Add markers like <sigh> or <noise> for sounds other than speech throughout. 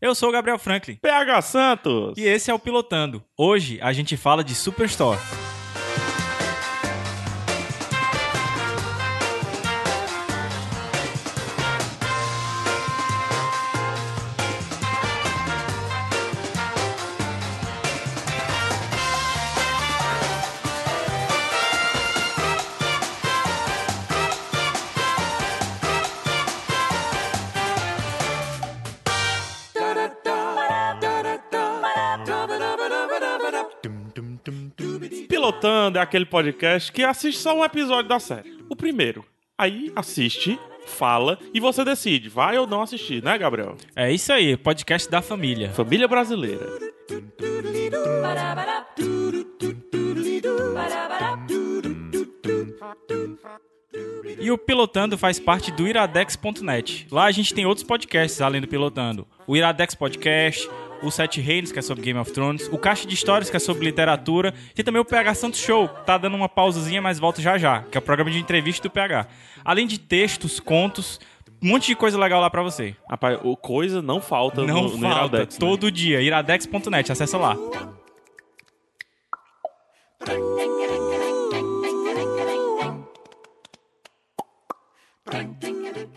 Eu sou o Gabriel Franklin PH Santos. e esse é o Pilotando. Hoje a gente fala de Superstore. Pilotando é aquele podcast que assiste só um episódio da série. O primeiro. Aí assiste, fala e você decide, vai ou não assistir, né, Gabriel? É isso aí, podcast da família. Família brasileira. E o Pilotando faz parte do iradex.net. Lá a gente tem outros podcasts além do Pilotando. O Iradex Podcast, o Sete Reinos, que é sobre Game of Thrones, o Caixa de Histórias, que é sobre literatura, e também o PH Santos Show, que tá dando uma pausazinha, mas volta já já, que é o programa de entrevista do PH. Além de textos, contos, um monte de coisa legal lá pra você. Rapaz, o coisa não falta Não no, no falta, Iradex, né? todo dia, iradex.net, acessa lá.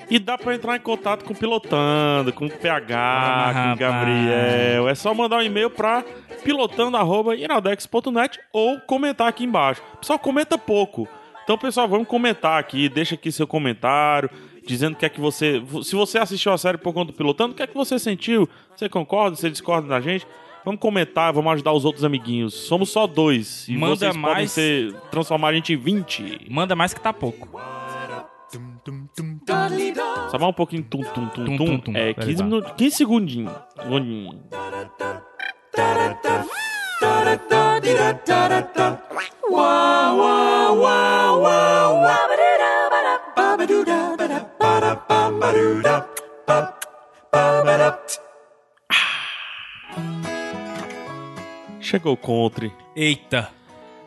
E dá pra entrar em contato com o Pilotando, com o PH, com Ah, o Gabriel. É só mandar um e-mail pra pilotando.iradex.net ou comentar aqui embaixo. Pessoal, comenta pouco. Então, pessoal, vamos comentar aqui. Deixa aqui seu comentário, dizendo o que é que você. Se você assistiu a série por conta do Pilotando, o que é que você sentiu? Você concorda? Você discorda da gente? Vamos comentar, vamos ajudar os outros amiguinhos. Somos só dois. E Manda vocês podem mais. ser, transformar a gente em 20. Manda mais que tá pouco. Só mais um pouquinho tum tum tum Tum, tum. tum, tum. É, 15, minutos, 15 segundinhos. Segundinho. Chegou o country. Eita,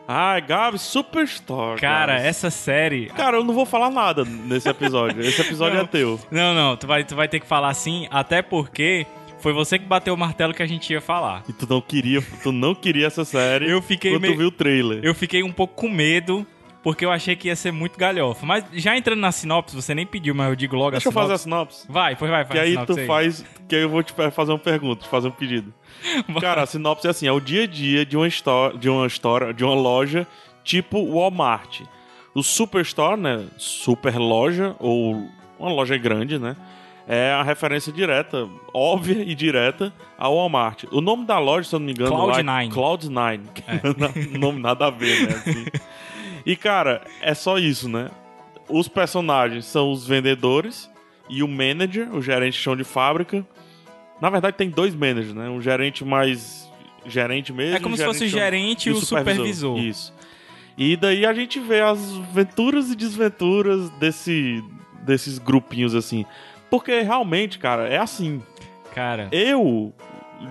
Ai, Gabi, Superstore. cara, Gabi. essa série... Cara, eu não vou falar nada nesse episódio. Esse episódio Não. é teu. Não, não, tu vai, tu vai ter que falar sim, até porque foi você que bateu o martelo que a gente ia falar. E tu não queria, tu não queria essa série. Eu fiquei quando meio- tu viu o trailer. Eu fiquei um pouco com medo, porque eu achei que ia ser muito galhofa. Mas já entrando na sinopse, você nem pediu, mas eu digo logo Deixa a eu fazer a sinopse. Vai, pois vai, faz Que a aí sinopse tu faz. Que aí eu vou te pe- fazer uma pergunta, te fazer <laughs> um pedido. Cara, a sinopse é assim: é o dia a dia de uma história, de uma história, de uma loja tipo Walmart. O Superstore, né? Super loja, ou uma loja grande, né? É a referência direta, óbvia e direta ao Walmart. O nome da loja, se eu não me engano, lá é Cloud9. Cloud9. É. <laughs> Que nome nada a ver, <laughs> né? assim. E, cara, é só isso, né? Os personagens são os vendedores e o manager, o gerente de chão de fábrica. Na verdade, tem dois managers, né? Um gerente mais gerente mesmo. É como um se fosse o chão- gerente e o supervisor. Isso. E daí a gente vê as venturas e desventuras desse, desses grupinhos, assim. Porque realmente, cara, é assim. Cara, Eu,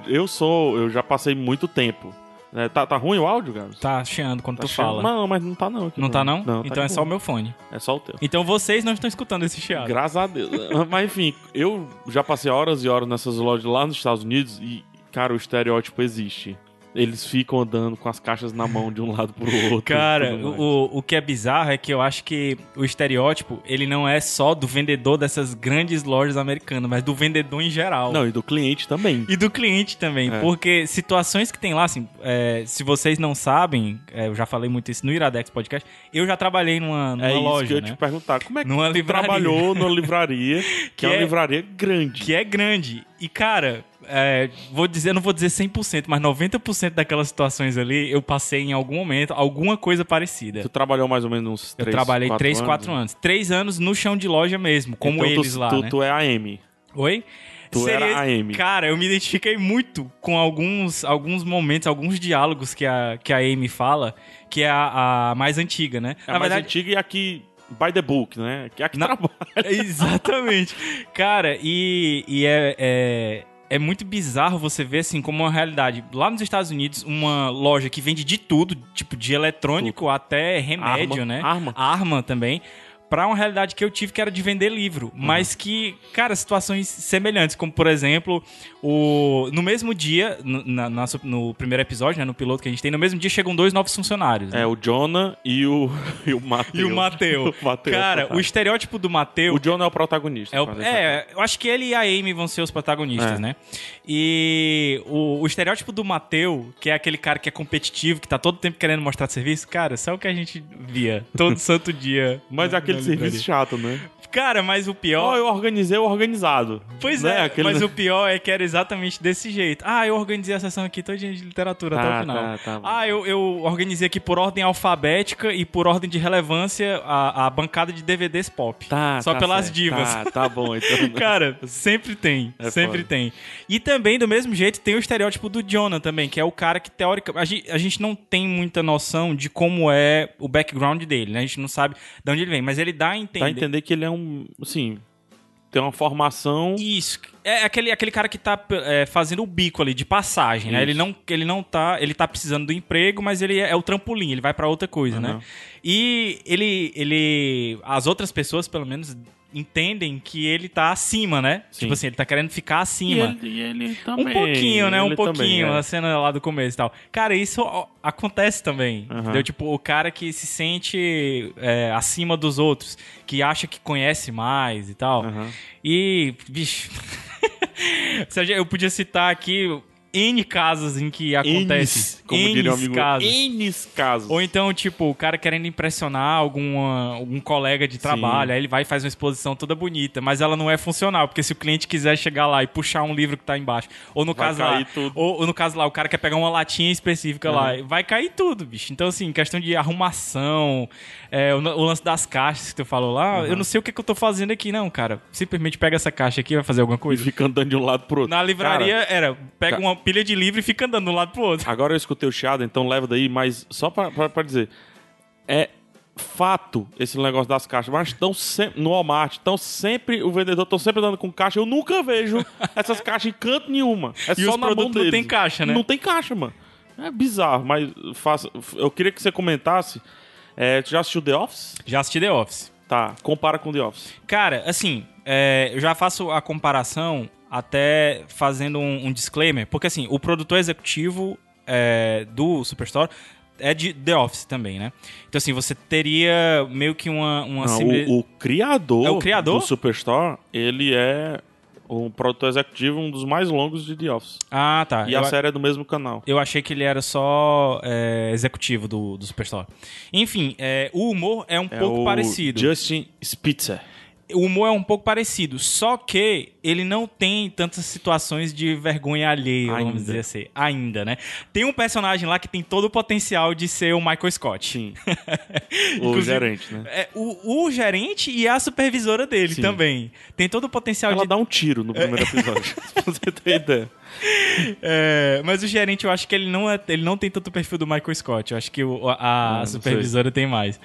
eu sou, eu já passei muito tempo. né? Tá, tá ruim o áudio, Gabs? tá chiando quando tu cheio? fala. Não, mas não tá não. aqui Não tá não? então é de só o boa. meu fone. É só o teu. Então vocês não estão escutando esse chiado. Graças a Deus. <laughs> Mas enfim, eu já passei horas e horas nessas lojas lá nos Estados Unidos e, cara, o estereótipo existe. Eles ficam andando com as caixas na mão de um lado pro <laughs> outro. Cara, tudo mais. o, o que é bizarro é que eu acho que o estereótipo, ele não é só do vendedor dessas grandes lojas americanas, mas do vendedor em geral. Não, e do cliente também. E do cliente também, É. porque situações que tem lá, assim, é, se vocês não sabem, é, eu já falei muito isso no Iradex Podcast, eu já trabalhei numa, numa é isso loja, que eu né? ia te perguntar. Como é que Numa tu livraria. trabalhou <laughs> numa livraria, que, é uma é- livraria grande. Que é grande. E, cara, é, vou dizer, não vou dizer 100%, mas 90% daquelas situações ali, eu passei em algum momento alguma coisa parecida. Tu trabalhou mais ou menos uns Eu 3, trabalhei 3, 4 4 anos. 3 anos no chão de loja mesmo, como Então tu- eles lá, tu, né? tu é AM. Oi? tu era AM. Cara, eu me identifiquei muito com alguns, alguns momentos, alguns diálogos que a, que a Amy fala, que é a, a mais antiga, né? É a mais antiga e aqui, by the book, né? Que é a que Na- trabalha. <laughs> Exatamente. Cara, e, e é, é, é muito bizarro você ver, assim, como uma realidade. Lá nos Estados Unidos, uma loja que vende de tudo, tipo, de eletrônico até remédio, Arma, né? arma. Arma também. pra- pra uma realidade que eu tive que era de vender Uhum. livro, mas que, cara, situações semelhantes, como por exemplo, o no mesmo dia, no, na- na- no primeiro episódio, né, no piloto que a gente tem, no mesmo dia chegam dois novos funcionários. né? É o Jonah e o, <laughs> e É, o Mateu. E o Mateu. <laughs> O Mateu. Cara, o estereótipo do Mateu O Jonah é o protagonista. é, o- pra deixar claro. é, eu acho que ele e a Amy vão ser os protagonistas, É. né? E o, o estereótipo do Mateu, que é aquele cara que é competitivo, que tá todo tempo querendo mostrar serviço, cara, isso é o que a gente via todo santo dia. Mas é na- aquele na serviço livraria. chato, né? Cara, mas o Ó, pior. eu organizei o organizado. Pois Né? é, Aquele- mas o pior é que era exatamente desse jeito. Ah, eu organizei a sessão aqui todo dia de literatura até Tá, o final. tá, tá bom. ah, eu, eu organizei aqui por ordem alfabética e por ordem de relevância a, a bancada de DVDs pop. Tá, Só tá pelas certo. divas. Tá, tá bom, então. <laughs> Cara, sempre tem. É sempre foda. tem. E também, do mesmo jeito, tem o estereótipo do Jonah também, que é o cara que, teórica. A gente, a gente não tem muita noção de como é o background dele, né? A gente não sabe de onde ele vem, mas ele dá a entender. Dá a entender que ele é um. Assim. Tem uma formação. Isso. É aquele, aquele cara que tá é, fazendo o bico ali, de passagem, né? Isso. Ele não, ele não tá... Ele tá precisando do emprego, mas ele é, é o trampolim, ele vai pra outra coisa, né? Uhum. E ele, ele... As outras pessoas, pelo menos, entendem que ele tá acima, né? Sim. Tipo assim, ele tá querendo ficar E acima. ele, e ele Um também. pouquinho, né? Um ele também, pouquinho. é. A cena lá do começo e tal. Cara, isso ó, acontece também. Aham. Entendeu? Tipo, o cara que se sente é, acima dos outros, que acha que conhece mais e tal. Aham. E, bicho. <laughs> se a gente- Eu podia citar aqui N casos em que acontece. N's, como N diria um amigo. casos. N's casos. Ou então, tipo, o cara querendo impressionar alguma, algum colega de trabalho, aí ele vai e faz uma exposição toda bonita, mas ela não é funcional, porque se o cliente quiser chegar lá e puxar um livro que tá embaixo, ou no Vai caso cair lá, tudo. Ou, ou no caso lá, o cara quer pegar uma latinha específica lá, vai cair tudo, bicho. Então, assim, questão de arrumação, é, o, o lance das caixas que tu falou lá, eu não sei o que, que eu tô fazendo aqui, não, cara. Simplesmente pega essa caixa aqui e vai fazer alguma E coisa. fica andando de um lado pro outro. Na livraria Cara, era, pega Ca- uma pilha de livro e fica andando de um lado pro outro. <laughs> agora eu escutei o chiado, então leva daí, mas só pra, pra, pra dizer. É fato esse negócio das caixas, mas estão sempre. No Walmart, estão sempre. O vendedor estão sempre andando com caixa. Eu nunca vejo essas caixas em canto nenhuma. É E só os na mão produtos deles. não tem caixa, né? Não tem caixa, mano. É bizarro, mas faça, eu queria que você comentasse. É, tu já assistiu The Office? Já assisti The Office. Tá, compara com The Office. Cara, assim, é, eu já faço a comparação até fazendo um, um disclaimer, porque assim, o produtor executivo é, do Superstore é de The Office também, né? Então assim, você teria meio que uma, uma Não, simile- Ah, o, o criador Assim É o criador? do Superstore, ele é um produtor executivo, um dos mais longos de The Office. Ah, tá. E eu, a série é do mesmo canal. eu achei que ele era só é, executivo do, do Superstore. Enfim, é, o humor é um É pouco o parecido. Justin Spitzer. o humor é um pouco parecido, só que ele não tem tantas situações de vergonha alheia, vamos Ainda. dizer assim, ainda, né? Tem um personagem lá que tem todo o potencial de ser o Michael Scott. <laughs> Sim. o Inclusive- gerente, né? É, o, o gerente e a supervisora dele Sim. também. Tem todo é o potencial Ela de. dá um tiro no primeiro episódio, <laughs> se você tem ideia. É, mas o gerente, eu acho que ele não, é- ele não tem tanto o perfil do Michael Scott. Eu acho que o- a, a Ah, não supervisora tem mais.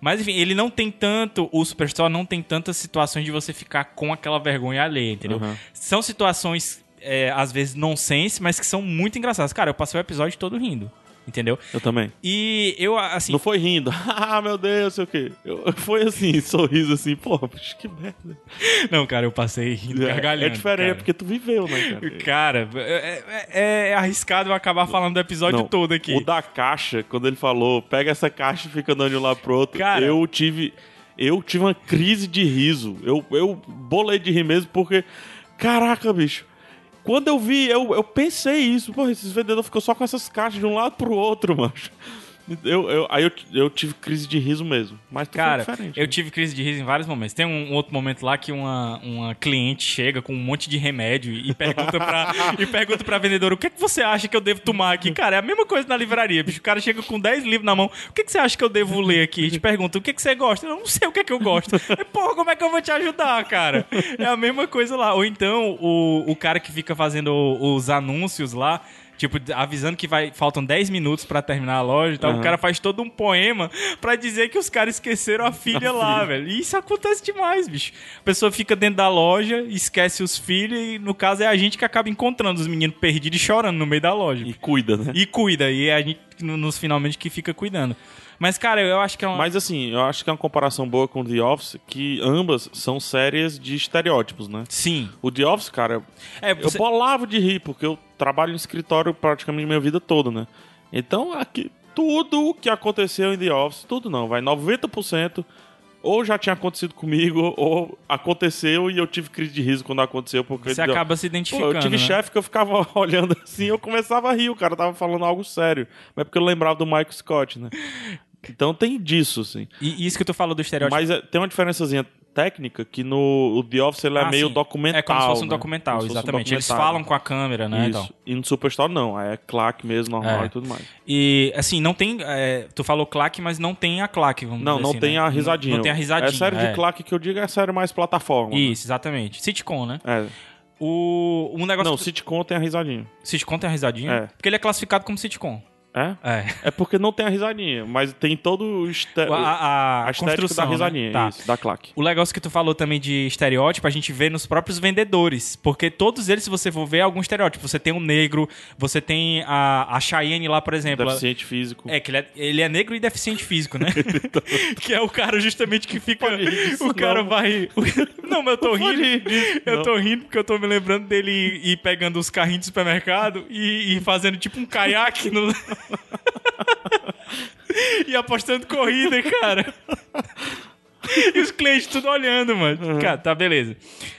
Mas enfim, ele não tem tanto. O Superstore não tem tantas situações de você ficar com aquela vergonha alheia, entendeu? Uhum. São situações, é, às vezes, nonsense, mas que são muito engraçadas. Cara, eu passei o episódio todo rindo, entendeu? Eu também. E eu, assim. Não foi rindo. <laughs> ah, meu Deus, sei o quê. Eu, foi assim, <laughs> sorriso assim, pô, bicho, que merda. <laughs> Não, cara, eu passei rindo, gargalhando. é diferente, cara. porque tu viveu, né, <laughs> cara? Cara, é, é- é arriscado eu acabar falando do episódio Não, todo aqui. O da caixa, quando ele falou, pega essa caixa e fica andando de um lado pro outro, Cara. eu tive. Eu tive uma crise de riso. Eu, eu bolei de rir mesmo, porque. Caraca, bicho. Quando eu vi, eu, eu pensei isso. Pô, esses vendedores ficam só com essas caixas de um lado pro outro, <laughs> macho. Eu, eu, aí eu, eu tive crise de riso mesmo. Mas tu foi Cara, diferente. eu né? tive crise de riso em vários momentos. Tem um, um outro momento lá que uma, uma cliente chega com um monte de remédio e pergunta <laughs> pra, e pergunta pra vendedora o que é que você acha que eu devo tomar aqui. Cara, é a mesma coisa na livraria, bicho. O cara chega com 10 livros na mão. O que, é que você acha que eu devo ler aqui? E te pergunta o que, é que você gosta. Eu não sei o que é que eu <laughs> gosto. E, Porra, como é que eu vou te ajudar, cara? É a mesma coisa lá. Ou então o, o cara que fica fazendo os anúncios lá. Tipo, avisando que vai, faltam 10 minutos pra terminar a loja e tal. Aham. O cara faz todo um poema pra dizer que os caras esqueceram a filha <laughs> lá, velho. E isso acontece demais, bicho. A pessoa fica dentro da loja, esquece os filhos e, no caso, é a gente que acaba encontrando os meninos perdidos e chorando no meio da loja. E cuida, né? E, cuida. E é a gente, no- nos finalmente, que fica cuidando. Mas, cara, eu acho que é uma... Mas assim, eu acho que é uma comparação boa com The Office, que ambas são séries de estereótipos, né? Sim. O The Office, cara, É, eu você... bolava de rir, porque eu trabalho em escritório praticamente minha vida toda, né? Então, aqui, tudo o que aconteceu em The Office, tudo não, vai 90%, ou já tinha acontecido comigo, ou aconteceu e eu tive crise de riso quando aconteceu, porque... Você The acaba se Pô, identificando, eu tive né? chefe que eu ficava <laughs> olhando assim, eu começava a rir, o cara tava falando algo sério. Mas é porque eu lembrava do Michael Scott, né? Então tem disso, assim. E e isso que tu falou do estereótipo. Mas é, tem uma diferençazinha técnica que no o The Office ele é Ah, meio sim. documental. É como se fosse um né? documental, Como se fosse um exatamente. Eles documentário. falam com a câmera, né? Isso. Então. E no Superstore não, é claque mesmo, normal É. e tudo mais. E, assim, não tem. é, tu falou claque, mas não tem a claque, vamos Não, dizer não assim, tem né? a risadinha. Não, não tem a risadinha. É série de claque que eu digo, é série mais plataforma. né? Isso, exatamente. Sitcom, né? É. O, um negócio. Não, que- sitcom tem a risadinha. Sitcom tem a risadinha? É. Porque ele é classificado como sitcom. É? É. <laughs> É porque não tem a risadinha, mas tem todo o este... A, a- a a estética construção. da né? risadinha, Tá. isso, da claque. O negócio que tu falou também de estereótipo, a gente vê nos próprios vendedores. Porque todos eles, se você for ver, é algum estereótipo. Você tem um negro, você tem a, a Cheyenne lá, por exemplo. ela- Deficiente físico. tá- É, que ele é, ele é negro e deficiente físico, <laughs> né? <laughs> que é o cara justamente que fica. Pode rir disso, o cara não. <laughs> vai. não, mas eu tô Pode rir rindo. disso, Eu não. tô rindo porque eu tô me lembrando dele ir, ir pegando os carrinhos do supermercado e, e fazendo tipo um caiaque no. <laughs> e apostando corrida, cara. <laughs> E os clientes tudo olhando, mano. Uhum. Cara, tá, beleza.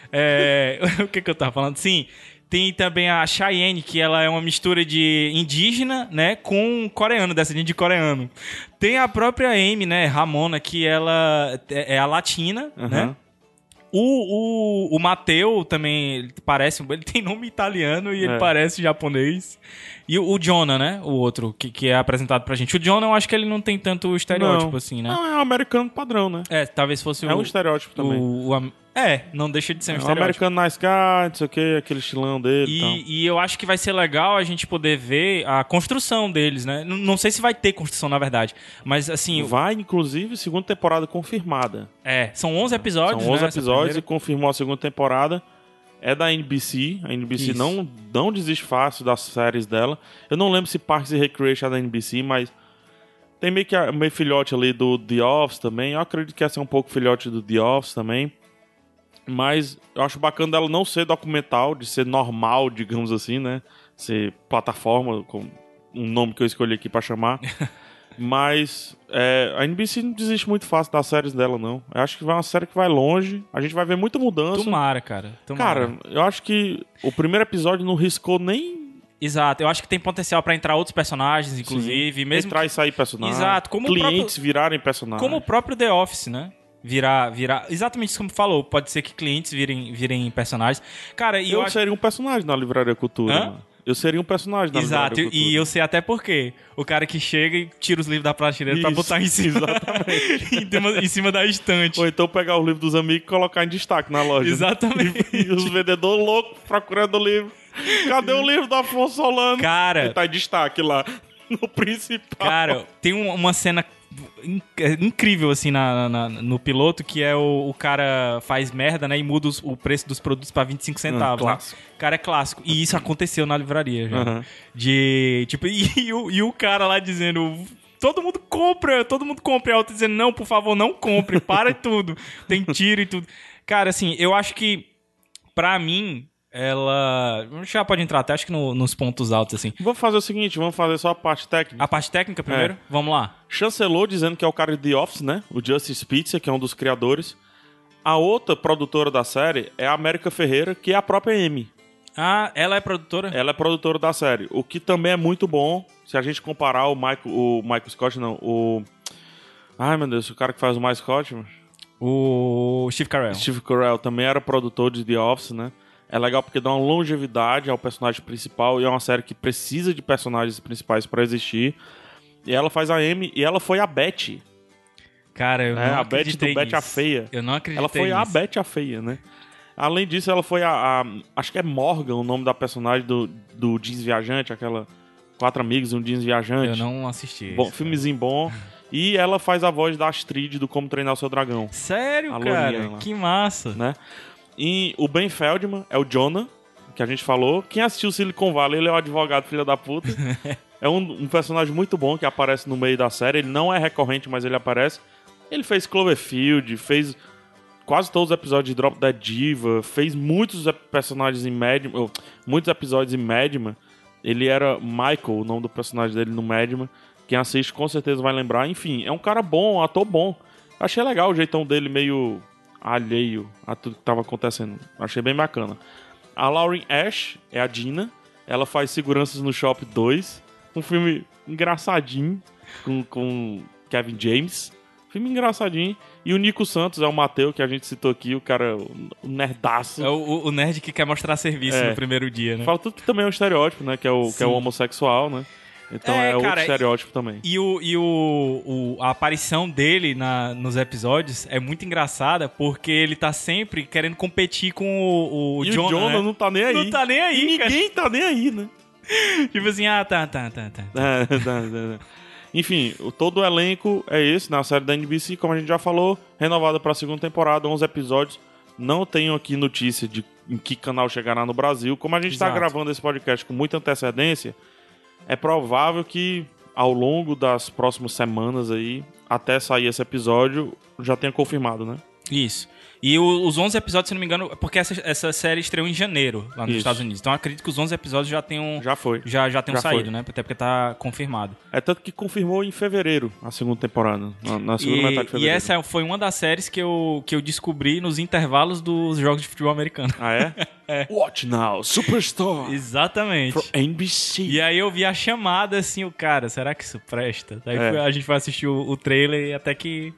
É, <laughs> o que que eu tava falando? Sim, tem também a Cheyenne, que ela é uma mistura de indígena, né, com coreano, descendente de coreano. Tem a própria Amy, né, Ramona, que ela é é a latina, né? Aham. O, o, o Mateu também ele parece. Ele tem nome italiano e ele É. parece japonês. E o, o Jonah, né? O outro que, que é apresentado pra gente. O Jonah, eu acho que ele não tem tanto estereótipo Não. assim, né? Não, é um americano padrão, né? É, talvez fosse é o. um estereótipo também. o, o am- É, não deixa de ser um É um então. estereótipo. americano nice guy, não sei o que, aquele estilão dele e tal. E, e eu acho que vai ser legal a gente poder ver a construção deles, né? N- não sei se vai ter construção, na verdade. Mas, assim, Vai, inclusive, segunda temporada confirmada. é, são 11 episódios, São 11 né, essa episódios primeira. e confirmou a segunda temporada. É da NBC. A NBC Isso. não, não desiste fácil das séries dela. Eu não lembro se Parks and Recreation é da NBC, mas tem meio que a, meio filhote ali do The Office também. Eu acredito que essa é um pouco filhote do The Office também. Mas eu acho bacana dela não ser documental, de ser normal, digamos assim, né? Ser plataforma, com um nome que eu escolhi aqui <laughs> pra chamar. Mas é, a NBC não desiste muito fácil das séries dela, não. Eu acho que vai uma série que vai longe. A gente vai ver muita mudança. Tomara, né? cara. Tomara. Cara, eu acho que o primeiro episódio não riscou nem Exato, eu acho que tem potencial pra entrar outros personagens, inclusive, mesmo entrar e sair personagem. Exato, como o clientes próprio- virarem personagem. como o próprio The Office, né? Virar, virar, exatamente isso como falou, pode ser que clientes virem, virem personagens. Cara, e eu, eu acho seria um personagem na Livraria Cultura. Hã? mano. Eu seria um personagem na Exato, Livraria Cultura. e eu sei até por quê. O cara que chega e tira os livros da prateleira pra Isso, botar em cima, <laughs> <laughs> em cima- em cima da estante. Ou então pegar o livro dos amigos e colocar em destaque na loja. Exatamente. é, E os vendedores loucos procurando o livro. Cadê o livro do Afonso Solano? Cara. Ele tá em destaque lá. <laughs> No principal. Cara, tem um- uma cena in- é, incrível, assim, na, na- na- no piloto, que é o, o cara faz merda, né? E muda os- o preço dos produtos pra 25 centavos. né? Hum, clássico. Cara, é clássico. E isso aconteceu na livraria, já. Uhum. De, tipo, <laughs> e, o, e o cara lá dizendo... Todo mundo compra, todo mundo compra. E a outra dizendo, não, por favor, não compre, <laughs> para tudo. Tem tiro e tudo. Cara, assim, eu acho que, pra mim, ela... Já pode entrar até, acho que no- nos pontos altos, assim. Vamos fazer o seguinte, vamos fazer só a parte técnica. A parte técnica primeiro? É. Vamos lá. Chancelou dizendo que é o cara de The Office, né? O Justice Pizza, que é um dos criadores. A outra produtora da série é a América Ferreira, que é a própria Amy. Ah, ela é produtora? Ela é produtora da série, o que também é muito bom. Se a gente comparar o Michael, o Michael Scott, não, o... Ai, meu Deus, o cara que faz o Michael Scott, mano. O Steve Carell. Então. Steve Carell também era produtor de The Office, né? É legal porque dá uma longevidade ao personagem principal e é uma série que precisa de personagens principais pra existir. E ela faz a Amy e ela foi a Betty, Cara, eu né? não A Betty do acreditei Betty a nisso. Feia. Eu não acreditei Ela foi nisso. a Betty a feia, né? Além disso, ela foi a, a- Acho que é Morgan o nome da personagem do, do Jeans Viajante, aquela. Quatro amigos, e um Jeans Viajante. Eu não assisti. Bom, isso. filmezinho bom. E ela faz a voz da Astrid do Como Treinar o Seu Dragão, Sério, A cara? lourinha lá. Que massa. né? E o Ben Feldman é o Jonah, que a gente falou. Quem assistiu Silicon Valley, ele é o advogado filha da puta. é um, um personagem muito bom que aparece no meio da série. Ele não é recorrente, mas ele aparece. Ele fez Cloverfield, fez quase todos os episódios de Drop da Diva, fez muitos ep- personagens em Madman, ou, muitos episódios em Madman. Ele era Michael, o nome do personagem dele no Madman. Quem assiste com certeza vai lembrar. Enfim, é um cara bom, um ator bom. Achei legal o jeitão dele meio alheio a tudo que tava acontecendo. Achei bem bacana. A Lauren Ash é a Dina. Ela faz Seguranças no Shop 2. Um filme engraçadinho com, com Kevin James. Filme engraçadinho. E o Nico Santos é o Mateu, que a gente citou aqui, o cara, o nerdaço. É o, o nerd que quer mostrar serviço É. no primeiro dia, né? Fala tudo que também é um estereótipo, né? Que é o, que é o Sim. homossexual, né? Então É, é, outro cara, estereótipo também. E, o, e o, o- a aparição dele na, nos episódios é muito engraçada, porque ele tá sempre querendo competir com o, o e Jonah. o Jonah né? não tá nem aí. Não tá nem aí, E cara. ninguém tá nem aí, né? Tipo assim, ah, tá, tá, tá, tá. <laughs> É, tá, tá, tá. Enfim, o- todo o elenco é esse na série da NBC, como a gente já falou, renovada pra segunda temporada, 11 episódios. Não tenho aqui notícia de em que canal chegará no Brasil. Como a gente está tá Exato. gravando esse podcast com muita antecedência, é provável que ao longo das próximas semanas aí, até sair esse episódio, já tenha confirmado, né? Isso. E o- os 11 episódios, se não me engano, é porque essa, essa série estreou em janeiro lá nos Isso. Estados Unidos. Então eu acredito que os 11 episódios já tenham, já, Já foi. já, tenham já foi. saído, né? Até porque tá confirmado. É tanto que confirmou em fevereiro a segunda temporada, na, na segunda metade de E, e fevereiro. essa foi uma das séries que eu, que eu descobri nos intervalos dos jogos de futebol americano. <laughs> Ah, é? é? Watch now, Superstore. Exatamente. Pro NBC. E é aí eu vi a chamada assim, o cara, será que isso presta? Daí É. foi- a gente foi assistir o, o trailer e até que.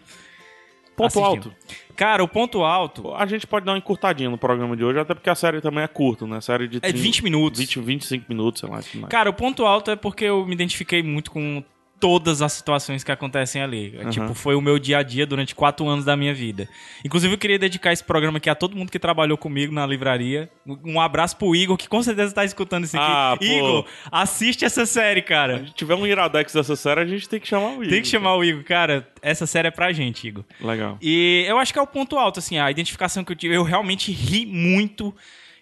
Ponto assistimos. alto. Cara, o ponto alto A gente pode dar uma encurtadinha no programa de hoje, até porque a série também é curta, né? A série de é de 20 minutos. 20, 25 minutos, sei lá. tudo mais. Cara, o ponto alto é porque eu me identifiquei muito com todas as situações que acontecem ali. É, Tipo, foi o meu dia a dia durante quatro anos da minha vida. Inclusive, eu queria dedicar esse programa aqui a todo mundo que trabalhou comigo na livraria. Um abraço pro Igor, que com certeza tá escutando isso aqui. Ah, pô. Igor, assiste essa série, cara. Se a gente tiver um Iradex dessa série, a gente tem que chamar o Igor. Tem que chamar o Igor, cara. Essa série é pra gente, Igor. Legal. E eu acho que é o ponto alto, assim, a identificação que eu tive. Eu realmente ri muito.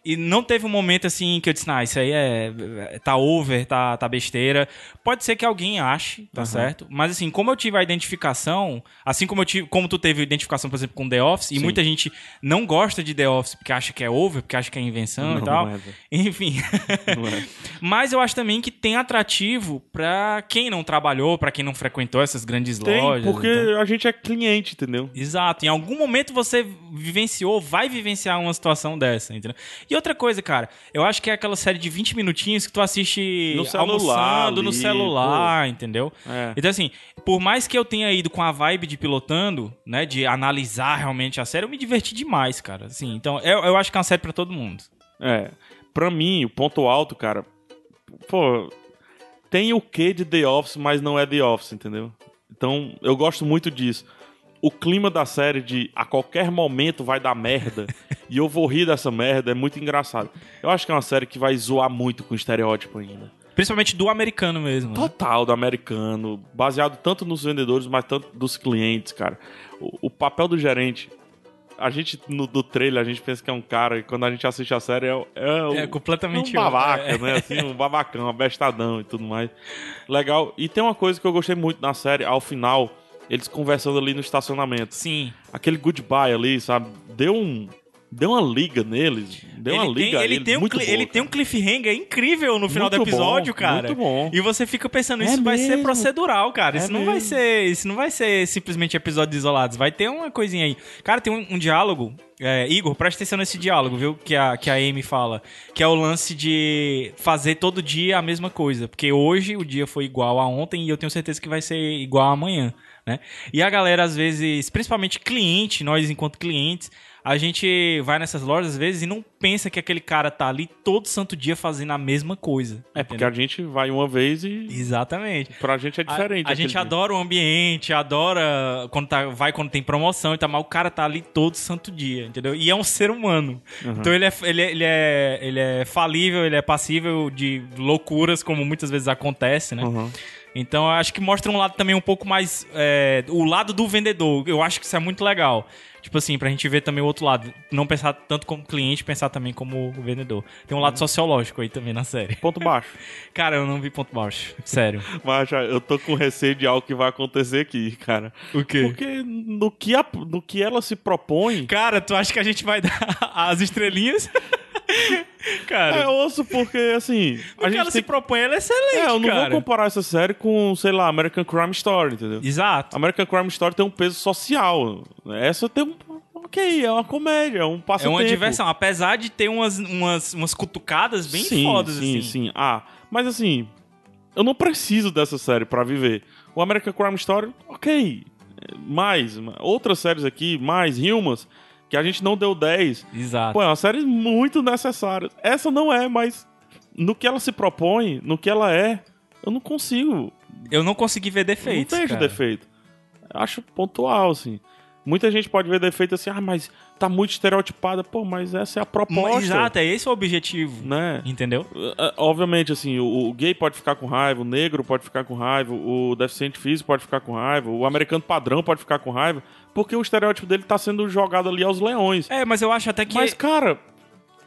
E não teve um momento assim que eu disse, nah, isso aí é. é- tá over, tá, tá besteira. Pode ser que alguém ache, tá certo? Mas assim, como eu tive a identificação, assim como eu tive. Como tu teve identificação, por exemplo, com The Office, e Sim. muita gente não gosta de The Office porque acha que é over, porque acha que é invenção Não, e tal. não é, Enfim. <laughs> não é. Mas eu acho também que tem atrativo pra quem não trabalhou, pra quem não frequentou essas grandes Tem, lojas. porque então. a gente é cliente, entendeu? Exato. Em algum momento você vivenciou, vai vivenciar uma situação dessa, entendeu? E outra coisa, cara, eu acho que é aquela série de 20 minutinhos que tu assiste No celular almoçando no ali, celular, entendeu? É. Então, assim, por mais que eu tenha ido com a vibe de pilotando, né, de analisar realmente a série, eu me diverti demais, cara. Assim, então, eu, eu acho que é uma série pra todo mundo. É. Pra mim, o ponto alto, cara. Pô, tem o quê de The Office, mas não é The Office, entendeu? Então, eu gosto muito disso. O clima da série de a qualquer momento vai dar merda e eu vou rir dessa merda é muito engraçado. Eu acho que é uma série que vai zoar muito com estereótipo ainda. Principalmente do americano mesmo. né? Total do americano, baseado tanto nos vendedores, mas tanto dos clientes, cara. O, o papel do gerente. A gente, no, do trailer, a gente pensa que é um cara, e quando a gente assiste a série, é, o- é, o- É completamente um outro. babaca, É. né? Assim, um babacão, abestadão e tudo mais. Legal. E tem uma coisa que eu gostei muito na série, ao final, eles conversando ali no estacionamento. Sim. Aquele goodbye ali, sabe? Deu um. Deu uma liga neles. Deu uma liga a ele, eles, tem um, muito cli- boa, ele tem um cara. cliffhanger incrível no final do Muito episódio, bom, cara. muito bom. E você fica pensando, É isso vai ser mesmo. procedural, cara. É isso não vai mesmo. ser. Isso não vai ser simplesmente episódios isolados. Vai ter uma coisinha aí. Cara, tem um, um diálogo. é, Igor, presta atenção nesse diálogo, viu? Que a, que a Amy fala. Que é o lance de fazer todo dia a mesma coisa. Porque hoje o dia foi igual a ontem e eu tenho certeza que vai ser igual a amanhã, né? E a galera, às vezes, principalmente cliente, nós enquanto clientes, A gente vai nessas lojas às vezes e não pensa que aquele cara tá ali todo santo dia fazendo a mesma coisa. É porque a gente vai uma vez e Exatamente. pra gente é A- diferente. A, gente aquele adora o ambiente, adora quando tá, vai quando tem promoção e tá, mas o cara tá ali todo santo dia, entendeu? E é um ser humano. Então ele é, ele, é, ele, é, ele é falível, ele é passível de loucuras, como muitas vezes acontece, né? dia. Uhum. Então eu acho que mostra um lado também um pouco mais. é, o lado do vendedor. Eu acho que isso é muito legal. Tipo assim, pra gente ver também o outro lado. Não pensar tanto como cliente, pensar também como vendedor. Tem um lado sociológico aí também na série. <laughs> Ponto baixo. Cara, eu não vi ponto baixo. Sério. Mas já, eu tô com receio de algo que vai acontecer aqui, cara. O quê? Porque no que, a- no que ela se propõe. Cara, tu acha que a gente vai dar <laughs> as estrelinhas? <laughs> É cara, osso, porque assim. o A que ela gente se tem... propõe ela é excelente, É, eu não cara. vou comparar essa série com, sei lá, American Crime Story, entendeu? Exato. American Crime Story tem um peso social. Essa tem um. Ok, é uma comédia, é um É passatempo. uma diversão, apesar de ter umas, umas, umas cutucadas bem sim, fodas, sim, assim. Sim, Ah, mas assim, eu não preciso dessa série pra viver. O American Crime Story, ok. Mais, ma- outras séries aqui, mais, Humans, que a gente não deu 10. Exato. Pô, é uma série muito necessária. Essa não é, mas no que ela se propõe, no que ela é, eu não consigo. eu não consegui ver defeitos. não vejo cara. defeito. Acho pontual, assim. Muita gente pode ver defeito assim, ah, mas tá muito estereotipada. Pô, mas essa é a proposta, Exato, é esse o objetivo. né? Entendeu? É, Obviamente, assim, o, o gay pode ficar com raiva, o negro pode ficar com raiva, o deficiente físico pode ficar com raiva, o americano padrão pode ficar com raiva, porque o estereótipo dele tá sendo jogado ali aos leões. É, mas eu acho até que Mas, cara,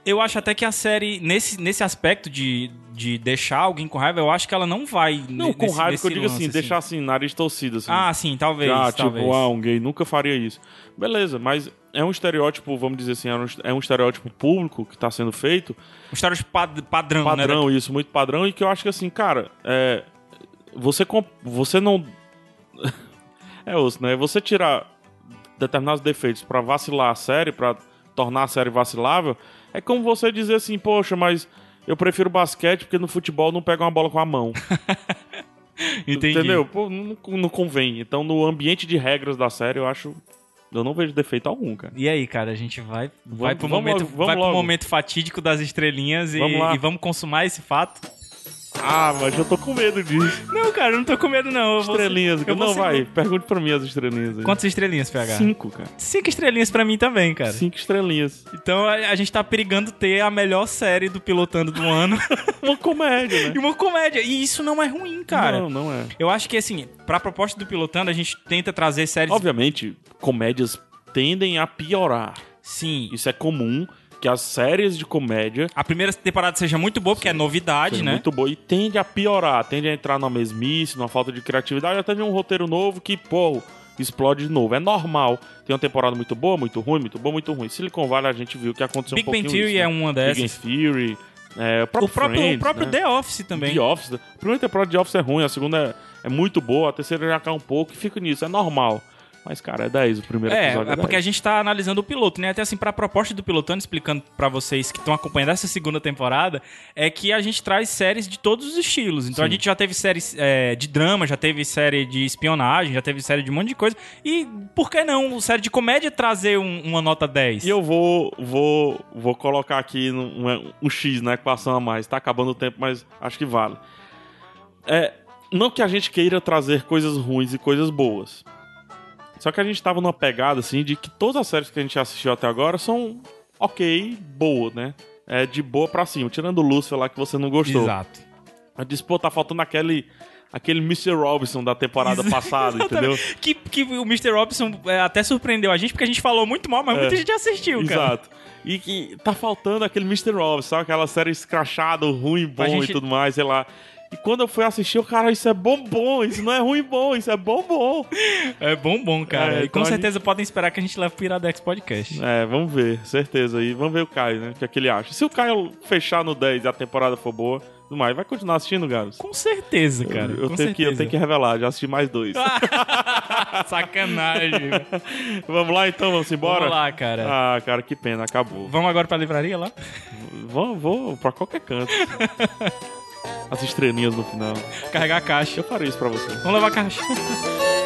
eu acho até que a série nesse, nesse aspecto de, de deixar alguém com raiva, eu acho que ela não vai não ne- com nesse- raiva nesse que eu digo lance, assim, deixar assim, nariz torcido, assim. Ah, sim, talvez, ah, talvez. tipo, ah, um gay nunca faria isso. Beleza, mas é um estereótipo, vamos dizer assim, é um- é um estereótipo público que tá sendo feito, Um estereótipo pad- padrão, né? padrão, isso, muito padrão, e que eu acho que assim, cara, é, você, com- você não. <laughs> é osso, né? Você tirar determinados defeitos pra vacilar a série, pra tornar a série vacilável, é como você dizer assim, poxa, mas eu prefiro basquete porque no futebol não pega uma bola com a mão. Entendi. Entendeu? Pô, não, não convém. Então, no ambiente de regras da série, eu acho. Eu não vejo defeito algum, cara. E aí, cara, a gente vai, vai pro, vamos momento, logo, vamos vai pro logo. momento fatídico das estrelinhas e e Vamos lá. vamos, consumar esse fato? Ah, mas eu tô com medo disso. Não, cara, eu não tô com medo, não. Eu vou ser- Estrelinhas. eu vou Não, ser- vai. Pergunte pra mim as estrelinhas. aí. Quantas estrelinhas, PH? Cinco, cara. Cinco estrelinhas pra mim também, cara. Cinco estrelinhas. Então a, a gente tá perigando ter a melhor série do pilotando do ano <laughs> <laughs> Uma comédia, né? e <laughs> uma comédia. E isso não é ruim, cara. Não, não é. Eu acho que, assim, pra proposta do pilotando, a gente tenta trazer séries. Obviamente, comédias tendem a piorar. Sim. Isso é comum que as séries de comédia A primeira temporada seja muito boa, porque é novidade, sejam né? muito boa e tende a piorar, tende a entrar numa mesmice, numa falta de criatividade, até de um roteiro novo que, pô, explode de novo. É normal. Tem uma temporada muito boa, muito ruim, muito boa, muito ruim. Silicon Valley a gente viu que aconteceu Big um Bang pouquinho Theory isso, né? é uma dessas. Big Bang Theory, é, o próprio, O próprio, Friends, o próprio né? The Office também. The Office. A primeira temporada de Office é ruim, a segunda é, é muito boa, a terceira já cai um pouco e fica nisso, é normal. Mas, cara, é 10 o primeiro É, episódio. é porque a 10. gente tá analisando o piloto, né? Até assim, pra proposta do pilotando, explicando pra vocês que estão acompanhando essa segunda temporada, é que a gente traz séries de todos os estilos. Então a gente já teve série é, de drama, já teve série de espionagem, já teve série de um monte de coisa. E por que não série de comédia trazer um- uma nota 10? E eu vou, vou, vou colocar aqui num- um, um X na equação a mais. Tá acabando o tempo, mas acho que vale. É, não que a gente queira trazer coisas ruins e coisas boas. Só que a gente tava numa pegada, assim, de que todas as séries que a gente assistiu até agora são ok, boa, né? É de boa pra cima, tirando o Lúcifer lá que você não gostou. <laughs> Exato. Eu disse, pô, tá faltando aquele, aquele Mr. Robinson da temporada passada, <laughs> entendeu? Que, que o Mr. Robson é, até surpreendeu a gente, porque a gente falou muito mal, mas É. muita gente assistiu, cara. Exato. E que tá faltando aquele Mr. Robinson, sabe? Aquela série escrachada, ruim, bom A gente- e tudo mais, sei lá. E quando eu fui assistir, eu, cara, isso é bom, bom, isso não é ruim, bom, isso é bom, bom. É bom, bom, cara. É, e com então a certeza podem esperar que a gente leve pro Iradex Podcast. É, vamos ver, certeza. E vamos ver o Caio, né? O que é que ele acha. Se o Caio fechar no 10 e a temporada for boa, tudo mais, vai continuar assistindo, Gabs? Com certeza, cara. eu, eu com tenho que, eu certeza. Ah. tenho que revelar, já assisti mais dois. Sacanagem. <laughs> vamos lá então, vamos embora? Vamos lá, cara. Ah, cara, que pena, acabou. Vamos agora pra livraria lá? Vou, vou pra qualquer <laughs> canto. As estrelinhas no final. Carregar a caixa. Eu farei isso pra você. Vamos levar a caixa.